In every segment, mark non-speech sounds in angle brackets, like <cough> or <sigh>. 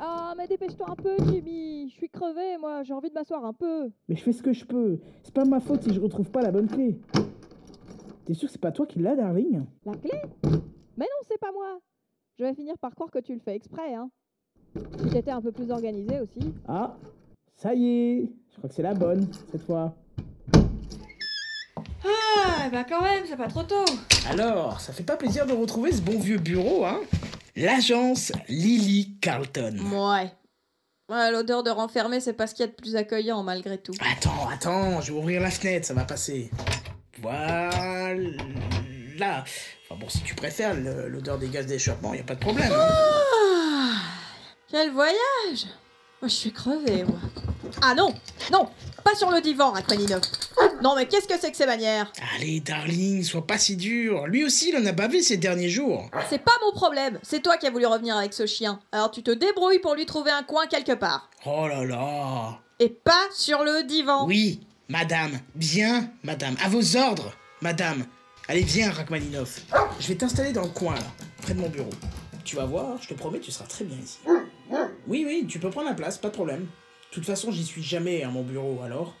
Ah, dépêche-toi un peu, Jimmy. Je suis crevé, moi. J'ai envie de m'asseoir un peu. Mais je fais ce que je peux. C'est pas ma faute si je retrouve pas la bonne clé. T'es sûr que c'est pas toi qui l'as, darling La clé Mais non, c'est pas moi. Je vais finir par croire que tu le fais exprès, hein. Si t'étais un peu plus organisé aussi. Ah, ça y est. Je crois que c'est la bonne, cette fois. Ah, bah quand même, c'est pas trop tôt. Alors, ça fait pas plaisir de retrouver ce bon vieux bureau, hein L'agence Lily Carlton. Ouais. Ouais, l'odeur de renfermé, c'est pas ce qu'il y a de plus accueillant malgré tout. Attends, attends, je vais ouvrir la fenêtre, ça va passer. Voilà. Enfin bon, si tu préfères, le- l'odeur des gaz d'échappement, y a pas de problème. hein. Ah, quel voyage Moi, je suis crevée, moi. Ah non Non Pas sur le divan, Aquanino. Non, mais qu'est-ce que c'est que ces manières Allez, darling, sois pas si dur. Lui aussi, il en a bavé ces derniers jours. C'est pas mon problème. C'est toi qui as voulu revenir avec ce chien. Alors tu te débrouilles pour lui trouver un coin quelque part. Oh là là. Et pas sur le divan. Oui, madame. Bien, madame. À vos ordres, madame. Allez, viens, Rachmaninoff. Je vais t'installer dans le coin, là, près de mon bureau. Tu vas voir, je te promets, tu seras très bien ici. Oui, oui, tu peux prendre la place, pas de problème. De toute façon, j'y suis jamais à mon bureau, alors.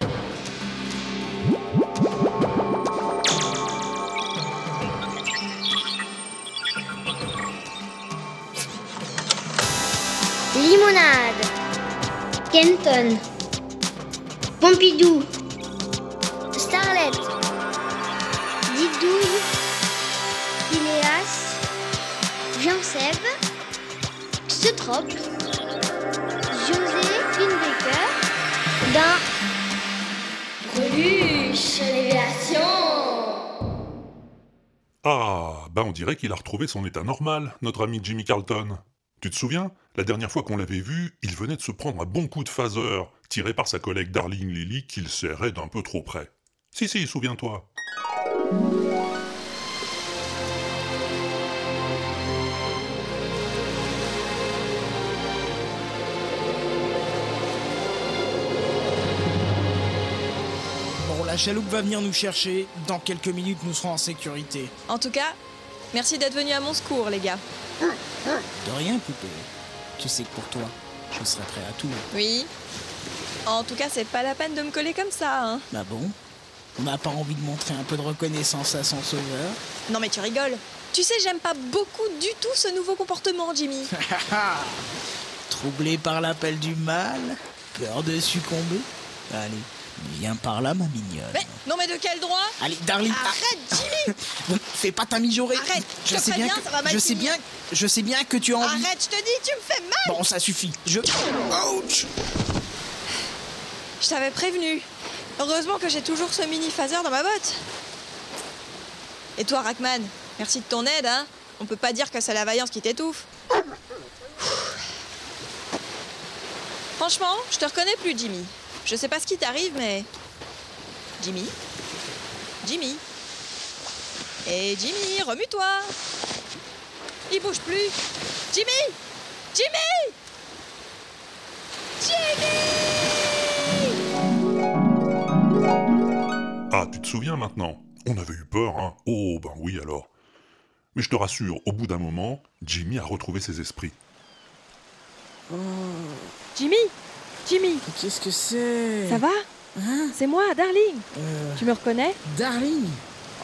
Limonade. Kenton. Pompidou. Starlet. Didouille. Phineas. Jean-Seb. Eutrope. José Finbaker. Dans. Greluche, révélation. Ah, bah on dirait qu'il a retrouvé son état normal, notre ami Jimmy Carlton. Tu te souviens La dernière fois qu'on l'avait vu, il venait de se prendre un bon coup de phaser, tiré par sa collègue Darling Lily qu'il serrait d'un peu trop près. Si, si, souviens-toi. Bon, la chaloupe va venir nous chercher. Dans quelques minutes, nous serons en sécurité. En tout cas, merci d'être venus à mon secours, les gars. De rien, poupée. Tu sais que pour toi, je serai prêt à tout. Oui. En tout cas, c'est pas la peine de me coller comme ça, hein. Bah bon On n'a pas envie de montrer un peu de reconnaissance à son sauveur Non mais tu rigoles. Tu sais, j'aime pas beaucoup du tout ce nouveau comportement, Jimmy. <laughs> Troublé par l'appel du mal Peur de succomber Allez, viens par là, ma mignonne. Mais non mais de quel droit Allez, darling, Arrête, Jimmy <laughs> Bon, fais pas ta mijaurée. Arrête, je te préviens, que, ça va mal je sais finir. bien, je sais bien que tu as envie. Arrête, je te dis, tu me fais mal Bon, ça suffit. Je. Ouch Je t'avais prévenu. Heureusement que j'ai toujours ce mini phaser dans ma botte. Et toi, Rackman, merci de ton aide, hein. On peut pas dire que c'est la vaillance qui t'étouffe. Franchement, je te reconnais plus, Jimmy. Je sais pas ce qui t'arrive, mais. Jimmy Jimmy Et Jimmy, remue-toi Il bouge plus Jimmy Jimmy Ah, tu te souviens maintenant On avait eu peur, hein Oh, ben oui alors. Mais je te rassure, au bout d'un moment, Jimmy a retrouvé ses esprits. Jimmy Jimmy Qu'est-ce que c'est Ça va Hein C'est moi, darling Euh, Tu me reconnais Darling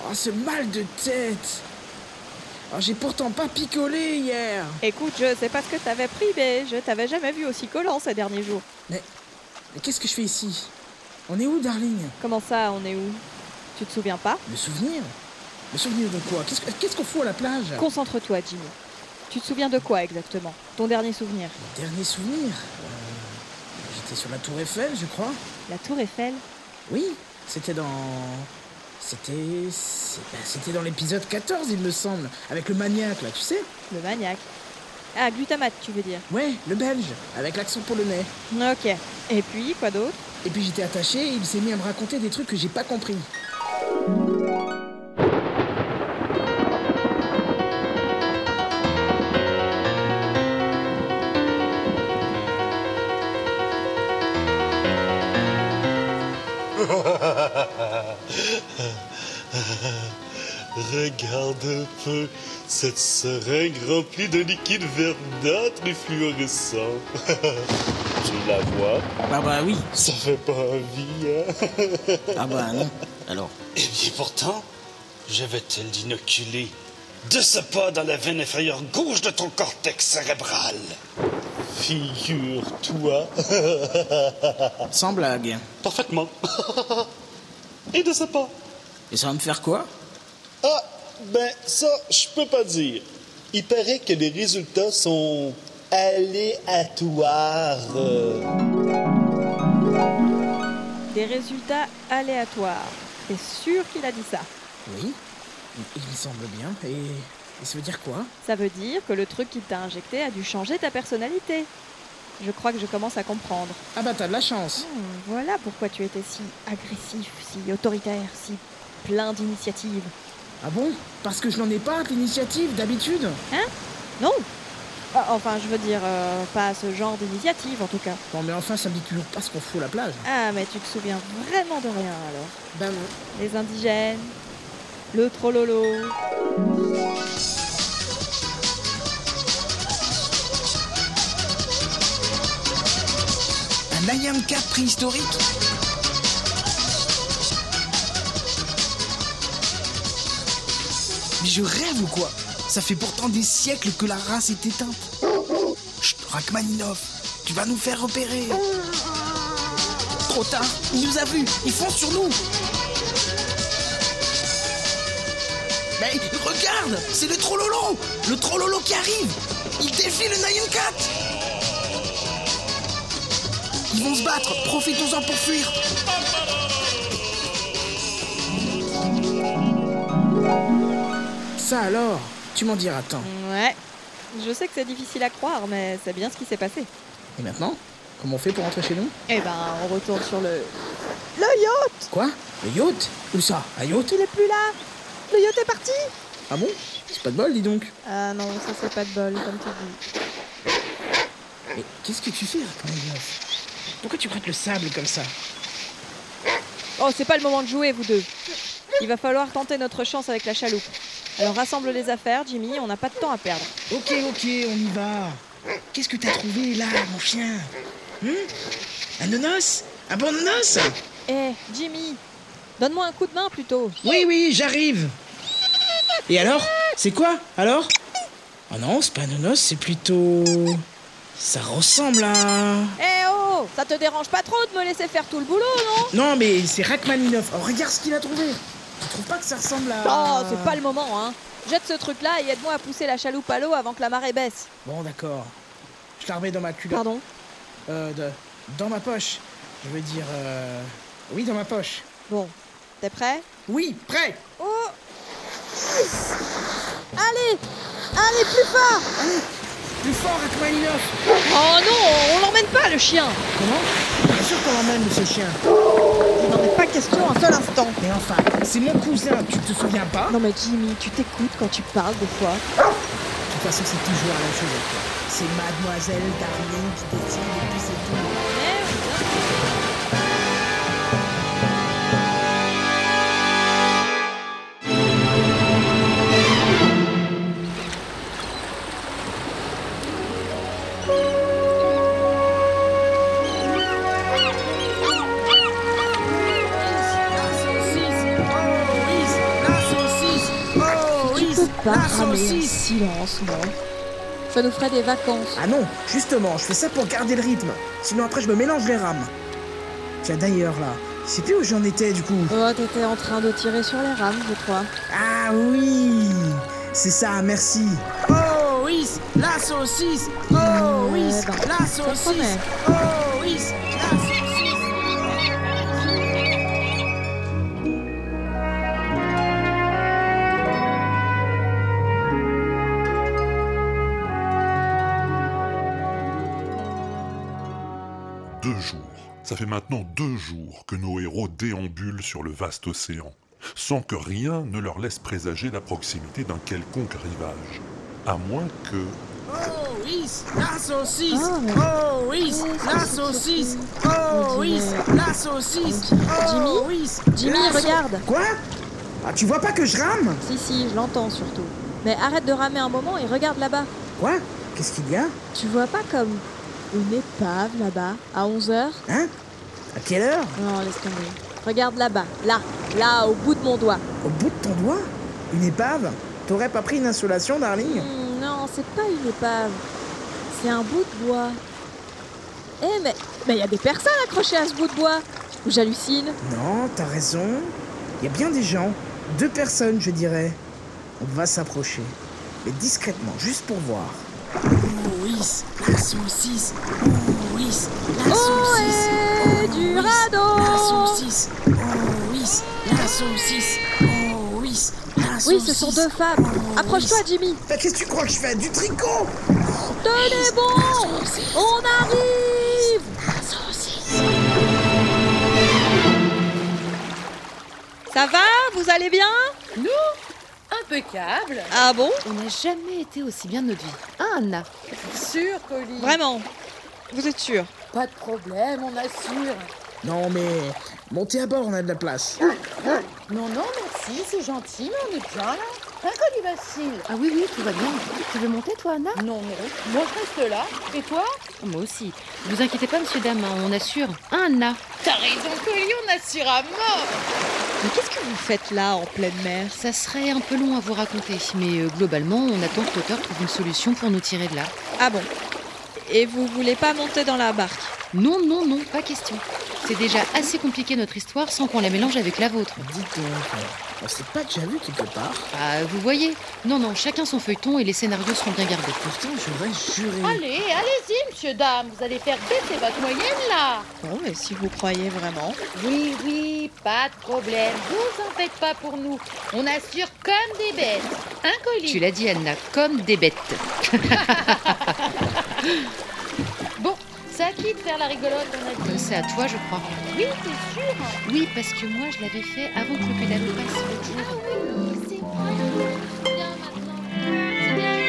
Oh, ce mal de tête Oh, J'ai pourtant pas picolé hier Écoute, je sais pas ce que t'avais pris, mais je t'avais jamais vu aussi collant ces derniers jours. Mais qu'est-ce que je fais ici On est où, darling Comment ça, on est où Tu te souviens pas Le souvenir Le souvenir de quoi Qu'est-ce que- qu'est-ce qu'on fout à la plage Concentre-toi, Jimmy. Tu te souviens de quoi exactement Ton dernier souvenir Le Dernier souvenir Euh, J'étais sur la tour Eiffel, je crois. La tour Eiffel Oui, c'était dans... C'était... c'est- bah, C'était dans l'épisode 14, il me semble. Avec le maniaque, là, tu sais Le maniaque. Ah, glutamate, tu veux dire Ouais, le belge, avec l'accent polonais. Ok. Et puis, quoi d'autre Et puis j'étais attaché et il s'est mis à me raconter des trucs que j'ai pas compris. <laughs> Regarde un peu cette seringue remplie de liquide verdâtre et fluorescent. <laughs> tu la vois Ah bah <laughs> oui. Ça fait pas envie, hein <laughs> Ah bah non. Alors. Et bien pourtant, je vais te l'inoculer de ce pas dans la veine inférieure gauche de ton cortex cérébral. Figure-toi. <laughs> Sans blague. Parfaitement. <laughs> Et de ce pas. Et ça va me faire quoi Ah, ben ça, je peux pas dire. Il paraît que les résultats sont aléatoires. Euh, Des résultats aléatoires. T'es sûr qu'il a dit ça Oui. Il me semble bien. Et... et ça veut dire quoi Ça veut dire que le truc qu'il t'a injecté a dû changer ta personnalité. Je crois que je commence à comprendre. Ah bah t'as de la chance. Hmm, voilà pourquoi tu étais si agressif, si autoritaire, si plein d'initiative. Ah bon Parce que je n'en ai pas l'initiative d'habitude Non Ah, Enfin, je veux dire, euh, pas ce genre d'initiative en tout cas. Bon mais enfin ça me dit toujours pas ce qu'on fout à la plage. Ah, mais tu te souviens vraiment de rien alors. Ben non. Les indigènes, le trololo. Un Ayamka préhistorique Mais je rêve ou quoi Ça fait pourtant des siècles que la race est éteinte. Chut, Rachmaninov, tu vas nous faire repérer. Trop tard, il nous a vus, ils foncent sur nous. Mais regarde, c'est le Trollolo Le Trollolo qui arrive Il défie le Nyan Cat ils vont se battre, profitons-en pour fuir. Ça alors Tu m'en diras tant. Ouais. Je sais que c'est difficile à croire, mais c'est bien ce qui s'est passé. Et maintenant Comment on fait pour rentrer chez nous Eh ben, on retourne sur le. Le yacht Quoi Le yacht Où ça Un yacht Il est plus là Le yacht est parti Ah bon C'est pas de bol, dis donc. Ah non, ça c'est pas de bol, comme tu dis. Mais qu'est-ce que tu fais, Rachmaninov Pourquoi tu prêtes le sable comme ça Oh, c'est pas le moment de jouer, vous deux. Il va falloir tenter notre chance avec la chaloupe. Alors rassemble les affaires, Jimmy, on n'a pas de temps à perdre. Ok, ok, on y va. Qu'est-ce que t'as trouvé là, mon chien Hum Hmm Un nonos Un bon nonos Eh, Jimmy, donne-moi un coup de main plutôt. Oui, oui, j'arrive. Et alors C'est quoi Alors Oh non, c'est pas un nonos, c'est plutôt. Ça ressemble à. Eh oh Ça te dérange pas trop de me laisser faire tout le boulot, non Non, mais c'est Rachmaninov. Oh, regarde ce qu'il a trouvé. Tu trouves pas que ça ressemble à. Oh, c'est pas le moment, hein Jette ce truc-là et aide-moi à pousser la chaloupe à l'eau avant que la marée baisse. Bon, d'accord. Je la remets dans ma culotte. Pardon Euh, de- dans ma poche. Je veux dire. euh, Oui, dans ma poche. Bon, t'es prêt Oui, prêt Oh Allez Allez, plus fort Plus fort, Rachmaninov Oh non, on l'emmène pas, le chien Comment Bien sûr qu'on l'emmène, ce chien. Il Oh, n'en est pas question un seul instant Mais enfin, c'est mon cousin, tu te souviens pas Non mais Jimmy, tu t'écoutes quand tu parles des fois. De toute façon, c'est toujours la même chose avec toi. C'est Mademoiselle Darling qui décide et puis c'est tout. Oh, Tu peux pas ramener un silence, non Ça nous ferait des vacances. Ah non, justement, je fais ça pour garder le rythme. Sinon après, je me mélange les rames. Tiens, d'ailleurs, là, je sais plus où j'en étais, du coup. Oh, t'étais en train de tirer sur les rames, je crois. Ah oui C'est ça, merci. Oh oui, la saucisse Oh oui, Ouais, bah, la ça saucisse promet. Oh oui, la saucisse Deux jours. Ça fait maintenant deux jours que nos héros déambulent sur le vaste océan, sans que rien ne leur laisse présager la proximité d'un quelconque rivage. À moins que... Oh oui, la saucisse Ah, ouais. Oh oui, Ouais, ça, la c'est saucisse surpris. Oh On oui, dirait- la saucisse on dirait- Oh oui, Jimmy, la sau- regarde. Quoi Ah, tu vois pas que je rame Si, si, je l'entends surtout. Mais arrête de ramer un moment et regarde là-bas. Quoi Qu'est-ce qu'il y a Tu vois pas comme une épave là-bas, à 11h Hein À quelle heure Non, laisse tomber. Regarde là-bas, là, là, au bout de mon doigt. Au bout de ton doigt Une épave T'aurais pas pris une insolation, darling Hmm, non, c'est pas une épave. C'est un bout de bois. Eh, mais il y a des personnes accrochées à ce bout de bois. Ou j'hallucine. Non, t'as raison. Il y a bien des gens. Deux personnes, je dirais. On va s'approcher. Mais discrètement, juste pour voir. Maurice, la saucisse. Maurice, la Oh, saucisse. et du La radeau saucisse. Maurice, la saucisse. Maurice, la saucisse. Oui, ce sont deux femmes. Approche-toi, Jimmy. Bah, qu'est-ce que tu crois que je fais Du tricot Tenez bon On arrive Ça va Vous allez bien Impeccable Ah bon On n'a jamais été aussi bien de notre vie. Hein, Anna Sûr, Colline Vraiment Vous êtes sûr Pas de problème, on assure. Non, mais montez à bord, on a de la place. Non, non, merci, c'est gentil, mais on est bien là. Hein, Colibacille Ah oui, oui, tout va bien. Tu veux monter, toi, Anna Non, non. Moi, je reste là. Et toi Moi aussi. Ne vous inquiétez pas, monsieur Dame, hein, on assure. Un Anna. T'as raison, Colline, on assure à mort Mais qu'est-ce que vous faites là en pleine mer Ça serait un peu long à vous raconter, mais euh, globalement, on attend que l'auteur trouve une solution pour nous tirer de là. Ah bon Et vous voulez pas monter dans la barque Non, non, non, pas question. C'est déjà assez compliqué notre histoire sans qu'on la mélange avec la vôtre. Dis donc, euh, on s'est pas déjà vu quelque part Ah, vous voyez Non, non, chacun son feuilleton et les scénarios seront bien gardés. Pourtant, j'aurais juré. Allez, allez-y, monsieur, dame, vous allez faire baisser votre moyenne, là Bon, mais si vous croyez vraiment. Oui, oui, pas de problème. Vous en faites pas pour nous. On assure comme des bêtes. Hein, Tu Colline l'as dit, Anna, comme des bêtes. Bon, c'est à qui de faire la rigolote, on a Euh, dit C'est à toi, je crois. Oui, c'est sûr. Oui, parce que moi, je l'avais fait avant que le pédalo passe le jour. C'est vrai. Bien maintenant.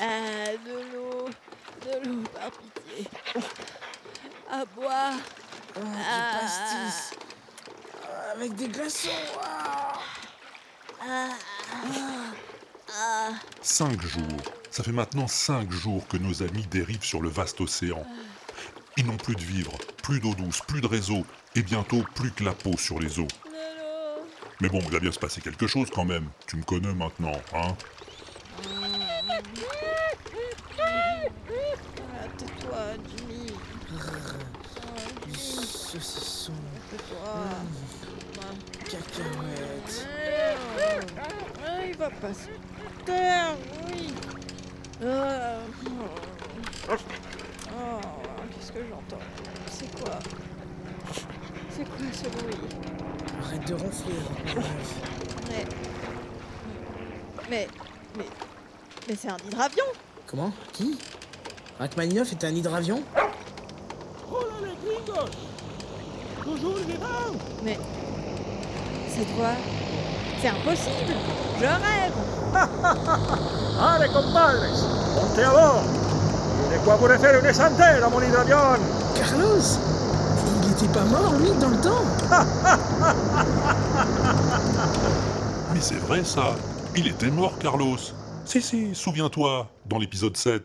Ah, de l'eau, de l'eau, par pitié. À boire. Oh, des Ah. pastis. Ah, Avec des glaçons. Ah. Cinq jours. Ça fait maintenant cinq jours que nos amis dérivent sur le vaste océan. Ils n'ont plus de vivres, plus d'eau douce, plus de réseau, et bientôt plus que la peau sur les eaux. Mais bon, il va bien se passer quelque chose quand même. Tu me connais maintenant, hein Tais-toi, Jimmy. Saucisson. Cacahuètes. Ah, Il va pas se taire, oui. Ah. Oh, qu'est-ce que j'entends C'est quoi C'est quoi ce bruit Arrête de ronfler. Bref. Mais. Mais. Mais. Mais c'est un hydravion Comment Qui Rachmaninoff était un hydravion Oh Cette voix. C'est impossible <laughs> Je rêve ¡Ale, compadres! ¡Ponte a bord! ¡Tiene que aborrecer un esantero, monidravión! Carlos Il était pas mort, lui, dans le temps Mais c'est vrai ça Il était mort, Carlos Si, si, souviens-toi, dans l'épisode 7.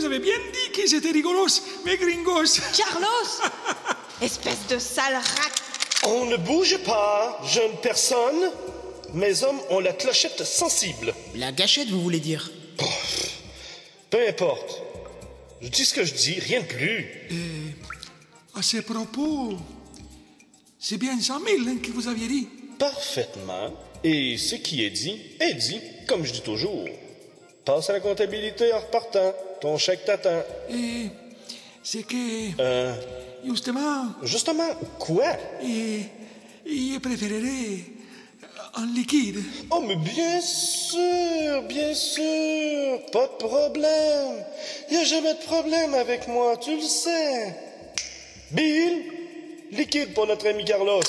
Vous avez bien dit qu'ils étaient rigolos, mais gringos. Carlos Espèce de sale rac On ne bouge pas, jeune personne. Mes hommes ont la clochette sensible. La gâchette, vous voulez dire Peu importe. Je dis ce que je dis, rien de plus. À ce propos, c'est bien 100 000 hein, que vous aviez dit. Parfaitement. Et ce qui est dit, est dit, comme je dis toujours. Passe à la comptabilité en repartant. Ton chèque t'attend. Et c'est que, Euh, justement, justement, quoi? et, je préférerais euh, en liquide. Oh, mais bien sûr, bien sûr, pas de problème. Y a jamais de problème avec moi, tu le sais. Bill, Liquide pour notre ami Carlos.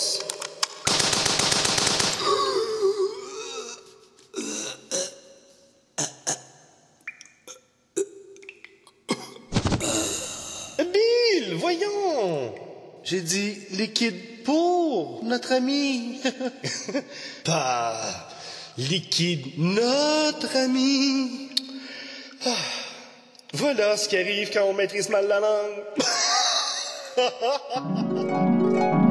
Bill, voyons. J'ai dit liquide pour notre ami. <laughs> Pas liquide notre ami. Ah, Voilà ce qui arrive quand on maîtrise mal la langue.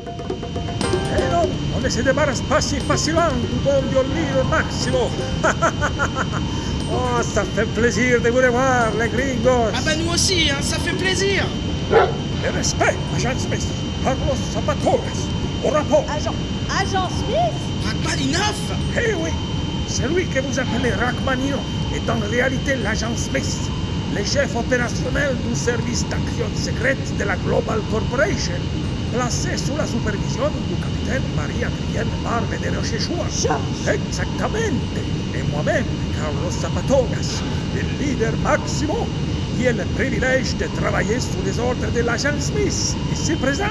E non, non siete mare spassi facilando, bon violino massimo. <laughs> oh, ça fait plaisir de vous revoir, les gringos. Ah bah nous aussi, hein, ça fait plaisir Le respect, agent Smith. Carlos Zapatores, au rapport. Agent, agent Smith Rachmaninoff Eh oui, celui que vous appelez Rachmaninoff est en réalité l'agent Smith, le chef opérationnel du service d'action secrète de la Global Corporation, placé sous la supervision du capitaine Marie-Adrienne Barbe de Rochechouart. Exactement Et moi-même, Carlos Zapatogas, le leader maximum j'ai le privilège de travailler sous les ordres de l'agent Smith, ici présent.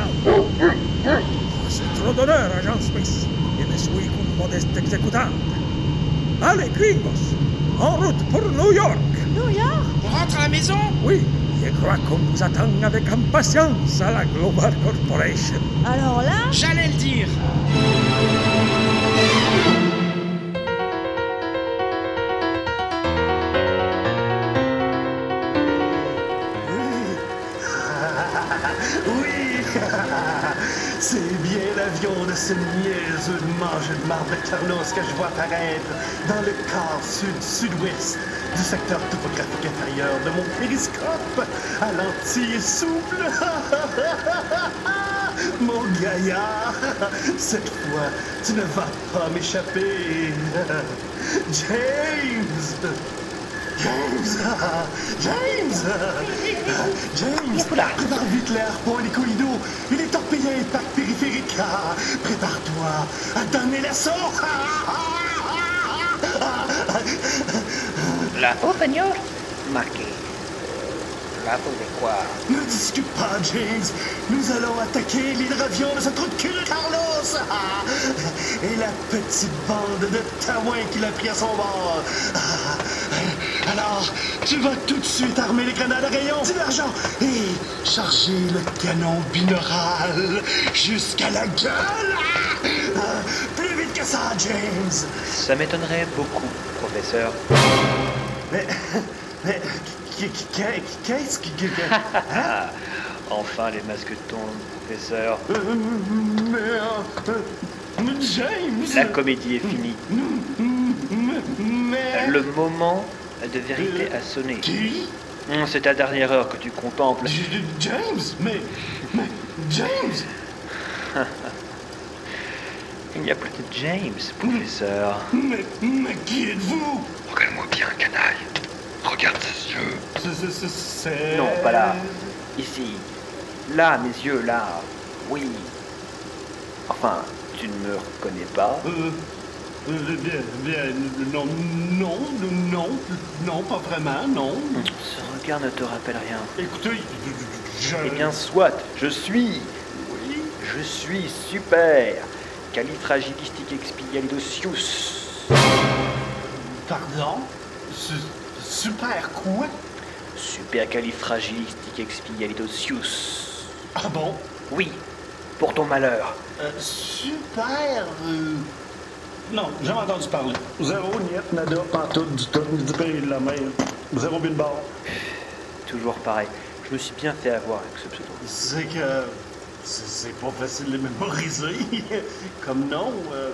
C'est trop d'honneur, agent Smith. Je ne suis qu'un modeste exécutant. Allez, gringos, en route pour New York. New York On rentre à la maison Oui, je crois qu'on vous attend avec impatience à la Global Corporation. Alors là J'allais le <laughs> dire oui C'est bien l'avion de ce niaiseux mange de marbre de Carlos que je vois apparaître dans le quart sud-sud-ouest du secteur topographique inférieur de mon périscope à lentilles souple. <laughs> Mon gaillard, cette fois, tu ne vas pas m'échapper. <laughs> James James ah, James ah, James Prépare vite l'air pour les couilles d'eau Il est torpillé par périphérique Ah, Prépare-toi à donner Ah, l'assaut ah, Oh, ¿Plazo, señor? Marqué. ¿Plazo de quoi Ne discute pas, James Nous allons attaquer l'hydravion de ce trou de cul de Carlos <laughs> Ah, Et la petite bande de taouins qu'il a pris à son bord Ah, alors, tu vas tout de suite armer les grenades à rayon divergent et charger le canon binaural jusqu'à la gueule. Ah! Ah, plus vite que ça, James. Ça m'étonnerait beaucoup, professeur. Mais, mais qu- qu- qu- qu'est-ce qui... qui- hein? enfin, les masques tombent, professeur. Euh, mais, euh, euh, James. La comédie est finie. Mais... Le moment de vérité a sonné. Hum, C'est ta dernière heure que tu contemples. James, mais... mais James Il n'y a plus de James, professeur. Mais, mais qui êtes-vous Regarde-moi bien, canaille. Regarde ses yeux. C'est- c'est- c'est- Non, pas là. Ici. Là, mes yeux, là. Oui. Enfin, tu ne me reconnais pas. Euh, euh, bien, bien, non, non, non, non, pas vraiment, non. Ce regard ne te rappelle rien. Écoutez, je... Eh bien, soit, je suis. Oui, je suis super. Califragilistique expialidocius. Pardon Su- Super quoi Super califragilistique expialidocius. Ah bon Oui, pour ton malheur. Euh, super... euh, Non, jamais entendu parler. Zéro niet, nada, pantoute, du tout, du pays de la mer. Zéro billboard. Toujours pareil. Je me suis bien fait avoir avec ce pseudo. C'est que... C'est c'est pas facile de mémoriser. <laughs> Comme nom, euh,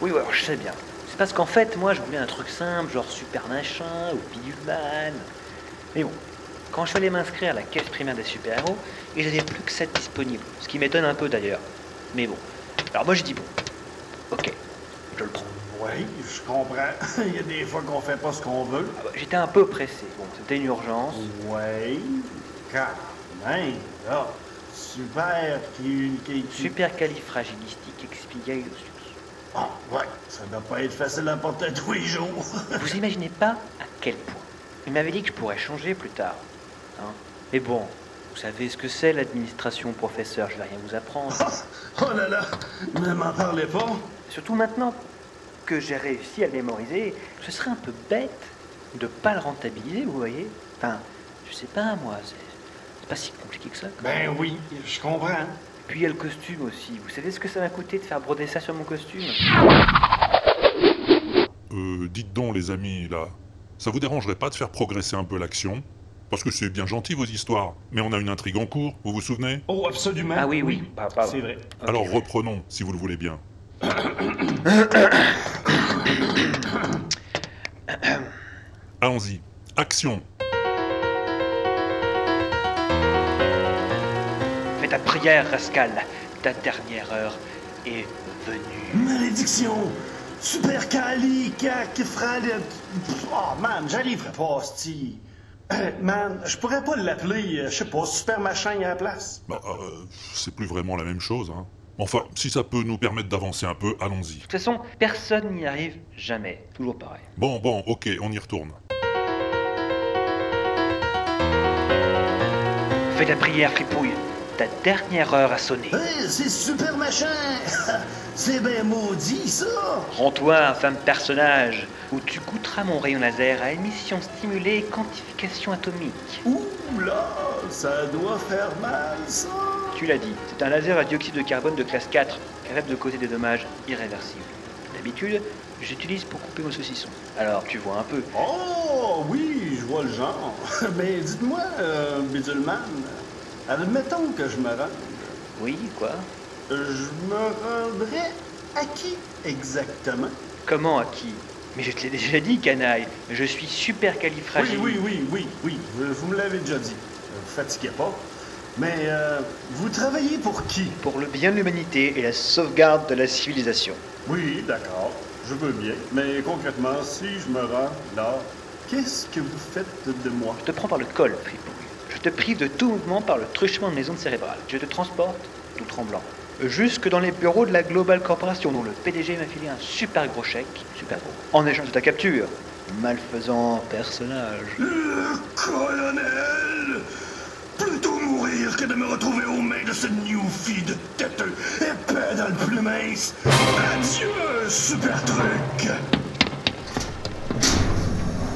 Oui, ouais, je sais bien. C'est parce qu'en fait, moi, je voulais un truc simple, genre super machin ou Biduman. Mais bon, quand je suis allé m'inscrire à la caisse primaire des super-héros, ils n'avaient plus que 7 disponibles. Ce qui m'étonne un peu d'ailleurs. Mais bon. Alors moi, j'ai dit bon. Ok, je le prends. Oui, je comprends. <laughs> Il y a des fois qu'on fait pas ce qu'on veut. Ah bah, J'étais un peu pressé. Bon, c'était une urgence. Oui, quand même. là. super qui... qui- qui- Super califragilistique expialidocious. Ah, ouais, ça doit pas être facile à porter à tous les jours. <laughs> Vous imaginez pas à quel point Il m'avait dit que je pourrais changer plus tard. Hein Mais bon, vous savez ce que c'est l'administration, professeur, je vais rien vous apprendre. Oh là là, ne m'en parlez pas. Surtout maintenant que j'ai réussi à le mémoriser, ce serait un peu bête de pas le rentabiliser, vous voyez Enfin, je sais pas, moi, c'est c'est pas si compliqué que ça. quand Ben même. oui, je comprends. Et puis il y a le costume aussi. Vous savez ce que ça m'a coûté de faire broder ça sur mon costume Euh, dites donc, les amis, là, ça vous dérangerait pas de faire progresser un peu l'action Parce que c'est bien gentil vos histoires, mais on a une intrigue en cours, vous vous souvenez Oh, absolument. Ah oui, oui, bah, bah, C'est vrai. Alors reprenons, si vous le voulez bien. Allons-y, action Fais ta prière, Rascal. Ta dernière heure est venue. Malédiction! Super Cali, cac, frère Oh man, j'arriverai pas, hostie. Euh, man, je pourrais pas l'appeler, euh, je sais pas, Super Machin à la place. Bah, euh, c'est plus vraiment la même chose, hein. Enfin, si ça peut nous permettre d'avancer un peu, allons-y. De toute façon, personne n'y arrive jamais. Toujours pareil. Bon, bon, ok, on y retourne. Fais ta prière, fripouille. Ta dernière heure a sonné. Hey, Eh, c'est Super Machin! <laughs> c'est ben maudit, ça! Rends-toi, infâme personnage, ou tu goûteras mon rayon laser à émission stimulée et quantification atomique. Ouh là, ça doit faire mal, ça! Tu l'as dit, c'est un laser à dioxyde de carbone de classe 4, capable de causer des dommages irréversibles. D'habitude, j'utilise pour couper mon saucisson. Alors, tu vois un peu. Oh, oui, je vois le genre. <laughs> Mais dites-moi, euh, Bidulman, admettons que je me rende. Oui, quoi? Je me rendrais à qui exactement? Comment à qui Mais je te l'ai déjà dit, canaille. Je suis super Oui, califragile. oui, oui, oui, oui, vous, vous me l'avez déjà dit. Ne vous fatiguez pas. Mais euh, vous travaillez pour qui? Pour le bien de l'humanité et la sauvegarde de la civilisation. Oui, d'accord, je veux bien. Mais concrètement, si je me rends là, qu'est-ce que vous faites de moi? Je te prends par le col, fripouille. Je te prive de tout mouvement par le truchement de mes ondes cérébrales. Je te transporte, tout tremblant, jusque dans les bureaux de la Global Corporation, dont le PDG m'a filé un super gros chèque, super gros, en échange de ta capture. Malfaisant personnage. Le colonel Plutôt mourir que de me retrouver aux mains de ce new de têteux épais dans le plus mince Adieu, super truc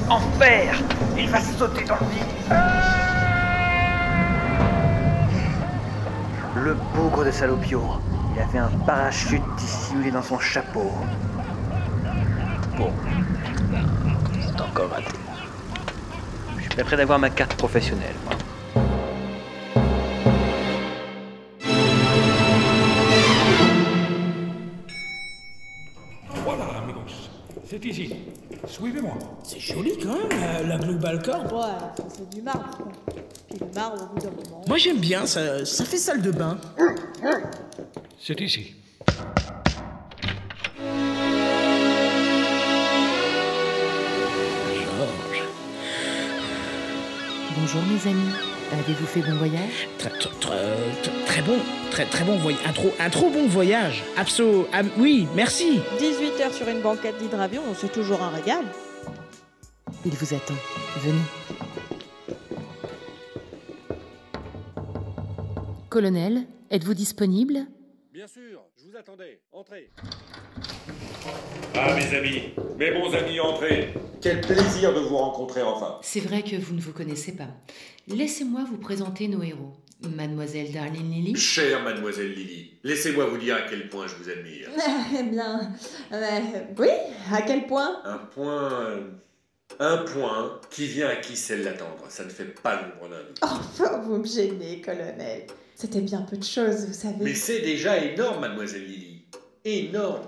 Enfer Il va sauter dans le vide Le bougre de Salopio. Il avait un parachute dissimulé dans son chapeau. Bon. C'est encore raté. Je suis bien près d'avoir ma carte professionnelle. moi. Voilà, amigos. C'est ici. Suivez-moi. C'est joli quand même, euh, la Global Corp. Ouais, c'est du marbre. Puis le marbre, au bout d'un moment. Moi j'aime bien, ça, ça fait salle de bain. C'est ici. Bonjour mes amis, avez-vous fait bon voyage Très, très, très- très bon, très très bon voyage. Un trop, un trop bon voyage. Abso, ah, oui, merci. 18 heures sur une banquette d'hydravion, c'est toujours un régal. Il vous attend. Venez. Colonel, êtes-vous disponible Bien sûr, je vous attendais. Entrez. Ah, mes amis, mes bons amis, entrez. Quel plaisir de vous rencontrer enfin. C'est vrai que vous ne vous connaissez pas. Laissez-moi vous présenter nos héros. Mademoiselle Darlene Lily. Chère mademoiselle Lily, laissez-moi vous dire à quel point je vous admire. Eh bien, euh, oui, à quel point Un point. euh, Un point qui vient à qui sait l'attendre. Ça ne fait pas l'ombre d'un doute. Enfin, vous me gênez, colonel. C'était bien peu de choses, vous savez. Mais c'est déjà énorme, mademoiselle Lily. Énorme.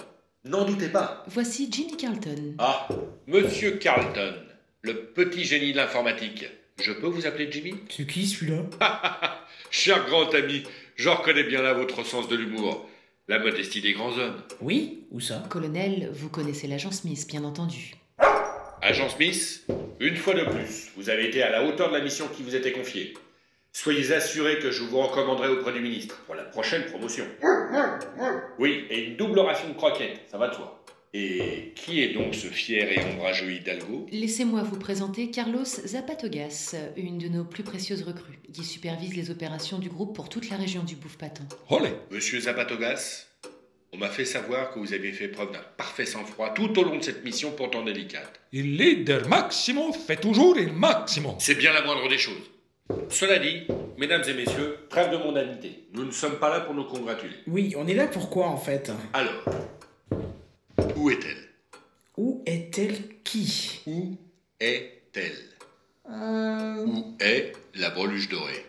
N'en doutez pas. Voici Jimmy Carlton. Ah, monsieur Carlton, le petit génie de l'informatique. Je peux vous appeler Jimmy C'est qui celui-là Cher grand ami, je reconnais bien là votre sens de l'humour. La modestie des grands hommes. Oui, où ça Colonel, vous connaissez l'agent Smith, bien entendu. Agent Smith, une fois de plus, vous avez été à la hauteur de la mission qui vous était confiée. Soyez assurés que je vous recommanderai auprès du ministre pour la prochaine promotion. Oui, et une double ration de croquettes, ça va de soi. Et qui est donc ce fier et ombrageux Hidalgo Laissez-moi vous présenter Carlos Zapatogas, une de nos plus précieuses recrues, qui supervise les opérations du groupe pour toute la région du Bouffe-Patan. Olé Monsieur Zapatogas, on m'a fait savoir que vous aviez fait preuve d'un parfait sang-froid tout au long de cette mission pourtant délicate. Il leader maximum fait toujours il maximum. C'est bien la moindre des choses. Cela dit, mesdames et messieurs, trêve de mondanité. Nous ne sommes pas là pour nous congratuler. Oui, on est là pourquoi en fait Alors, où est-elle Où est-elle qui Où est-elle Euh. Où est la breluche dorée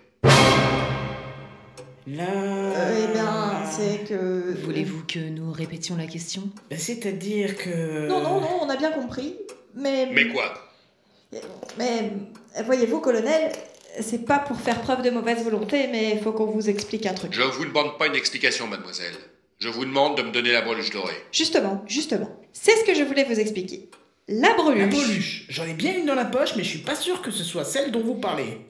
Là. Eh bien, c'est que. Voulez-vous que nous répétions la question Bah, C'est-à-dire que. Non, non, non, on a bien compris. Mais. Mais quoi Mais. Voyez-vous, colonel, c'est pas pour faire preuve de mauvaise volonté, mais il faut qu'on vous explique un truc. Je vous demande pas une explication, mademoiselle. Je vous demande de me donner la breluche dorée. Justement, justement. C'est ce que je voulais vous expliquer. La breluche. La breluche. J'en ai bien une dans la poche, mais je suis pas sûr que ce soit celle dont vous parlez.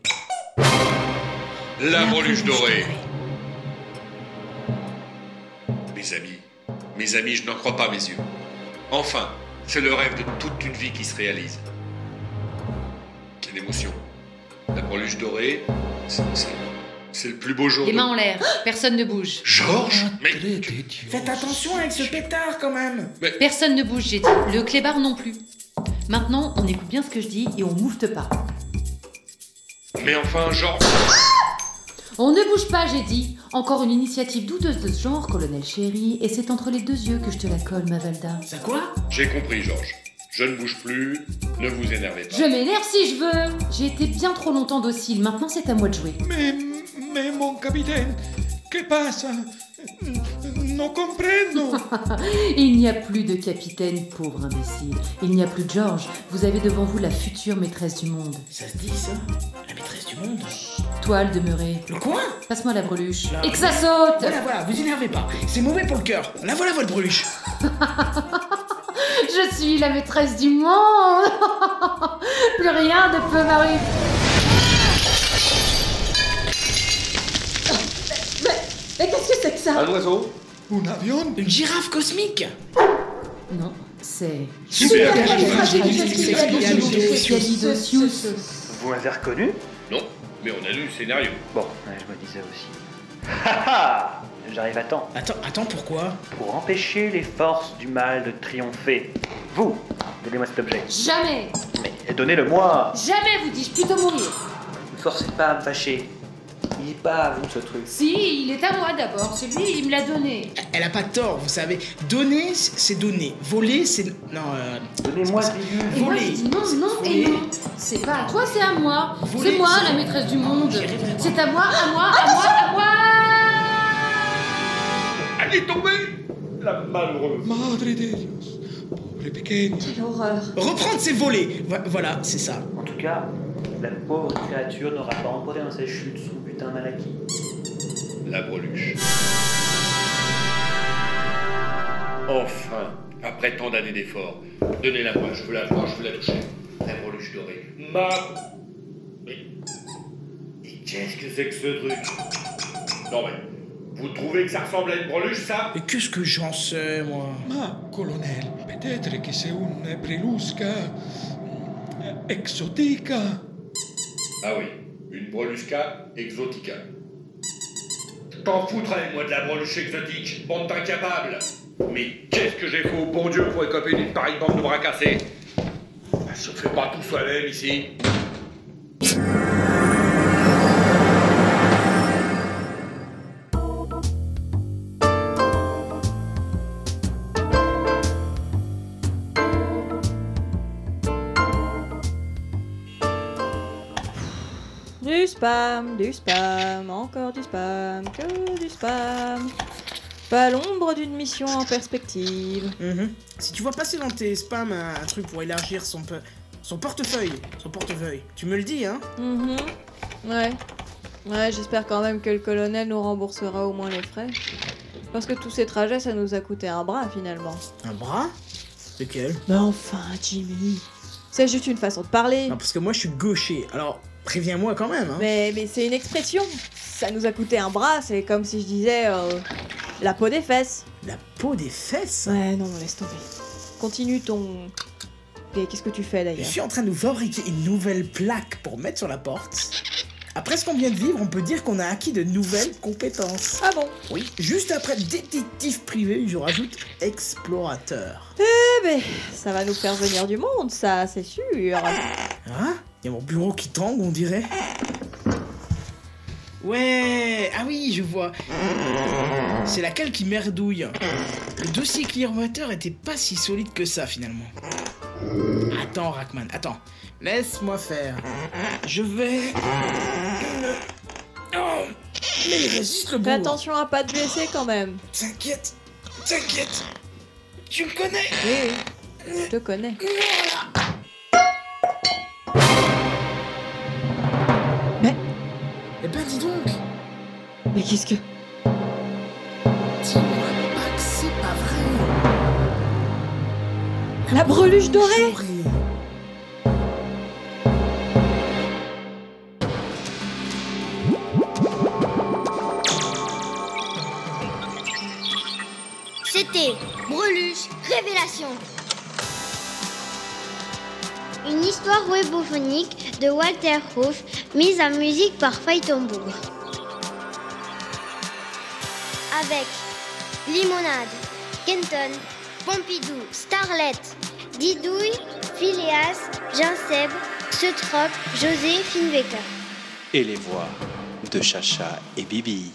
La breluche dorée. Mes amis, mes amis, je n'en crois pas mes yeux. Enfin, c'est le rêve de toute une vie qui se réalise. C'est l'émotion. La breluche dorée, c'est- c'est c'est le plus beau jour. Les de- mains en l'air, personne ne bouge. Georges Mais Faites attention avec ce pétard quand même Personne ne bouge, j'ai dit. Le clébard non plus. Maintenant, on écoute bien ce que je dis et on moufte pas. Mais enfin, Georges On ne bouge pas, j'ai dit. Encore une initiative douteuse de ce genre, colonel chéri, et c'est entre les deux yeux que je te la colle, ma Valda. C'est quoi J'ai compris, Georges. Je ne bouge plus, ne vous énervez pas. Je m'énerve si je veux J'ai été bien trop longtemps docile, maintenant c'est à moi de jouer. Mais, mais mon capitaine, que passa Non comprendo Il n'y a plus de capitaine, pauvre imbécile. Il n'y a plus de George. Vous avez devant vous la future maîtresse du monde. Ça se dit ça La maîtresse du monde Toile demeurée. Le coin Passe-moi la breluche. Là. Et que ça saute Voilà, voilà, vous énervez pas. C'est mauvais pour le cœur. La voilà, votre breluche. Je suis la maîtresse du monde Plus rien ne peut m'arriver. Mais, mais qu'est-ce que c'est que ça oiseau Un avion Une girafe cosmique Non, c'est... Super Vous m'avez reconnu Non, mais on a lu le scénario. Bon, ouais, je me disais aussi. Ha ha J'arrive à temps. Attends, attends, pourquoi Pour empêcher les forces du mal de triompher. Vous, donnez-moi cet objet. Jamais Et donnez-le-moi Jamais vous dis-je plutôt mourir Ne me forcez pas à me fâcher. Il est pas à vous ce truc. Si, il est à moi d'abord, celui il me l'a donné. Elle a pas tort, vous savez. Donner, c'est donner. Voler, c'est. Non, euh. Donnez-moi Et moi je Voler. dis non, non et Voler. non. C'est pas à toi, c'est à moi. Voler, C'est moi c'est- la maîtresse du monde. C'est à moi, à moi, à moi, à moi. Elle est tombée La malheureuse. Madre de Dios, pauvre pequeño. Quelle horreur Reprendre, c'est voler. Vo- Voilà, c'est ça. En tout cas, la pauvre créature n'aura pas emporté dans sa chute son butin mal acquis. La breluche. Enfin, après tant d'années d'efforts, donnez-la moi, je veux la voir, je veux la toucher. La breluche dorée. Ma. Mais. Et qu'est-ce que c'est que ce truc Non mais. Vous trouvez que ça ressemble à une breluche, ça Mais qu'est-ce que j'en sais, moi Ma, colonel, peut-être que c'est une brelusca eh, exotique. Ah oui, une brelusca exotica. T'en foutrais, moi, de la breluche exotique, bande d'incapables Mais qu'est-ce que j'ai fait au bon Dieu pour écoper d'une pareille bande de bras cassés Bah, Si on fait pas tout soi-même ici. Du spam, du spam, encore du spam, que du spam. Pas l'ombre d'une mission en perspective. Mhm. Si tu vois passer dans tes spams un, un truc pour élargir son, pe- son portefeuille, son portefeuille, tu me le dis, hein Mhm. Ouais. Ouais, j'espère quand même que le colonel nous remboursera au moins les frais. Parce que tous ces trajets, ça nous a coûté un bras finalement. Un bras Lequel Mais enfin, Jimmy. C'est juste une façon de parler. Non, parce que moi je suis gaucher. Alors, Préviens-moi quand même. Hein. Mais, mais c'est une expression. Ça nous a coûté un bras, c'est comme si je disais euh, la peau des fesses. La peau des fesses Ouais, non, non, laisse tomber. Continue ton. Et qu'est-ce que tu fais Je d'ailleurs suis en train de fabriquer une nouvelle plaque pour mettre sur la porte. Après ce qu'on vient de vivre, on peut dire qu'on a acquis de nouvelles compétences. Ah bon Oui. Juste après détective privé, je rajoute explorateur. Eh ben, ça va nous faire venir du monde, ça, c'est sûr. Hein Il y a mon bureau qui tangue, on dirait. Ouais Ah oui, je vois. C'est laquelle qui merdouille. Le dossier Clearwater était pas si solide que ça, finalement. Attends, Rackman, attends. Laisse-moi faire. Je vais... Oh Mais il résiste le Fais bourreau. attention à pas te blesser quand même. T'inquiète, t'inquiète. Tu me connais Oui, oui. Je te connais. Eh ben, dis donc Mais qu'est-ce que. Dis-moi pas que c'est pas vrai. La breluche dorée C'était Breluche Révélation. Une histoire webophonique de Walter Hoof, mise en musique par Feitembourg. Avec Limonade, Kenton, Pompidou, Starlet, Didouille, Phileas, Jean-Seb, Seutrock, José, Finbecker. Et les voix de Chacha et Bibi.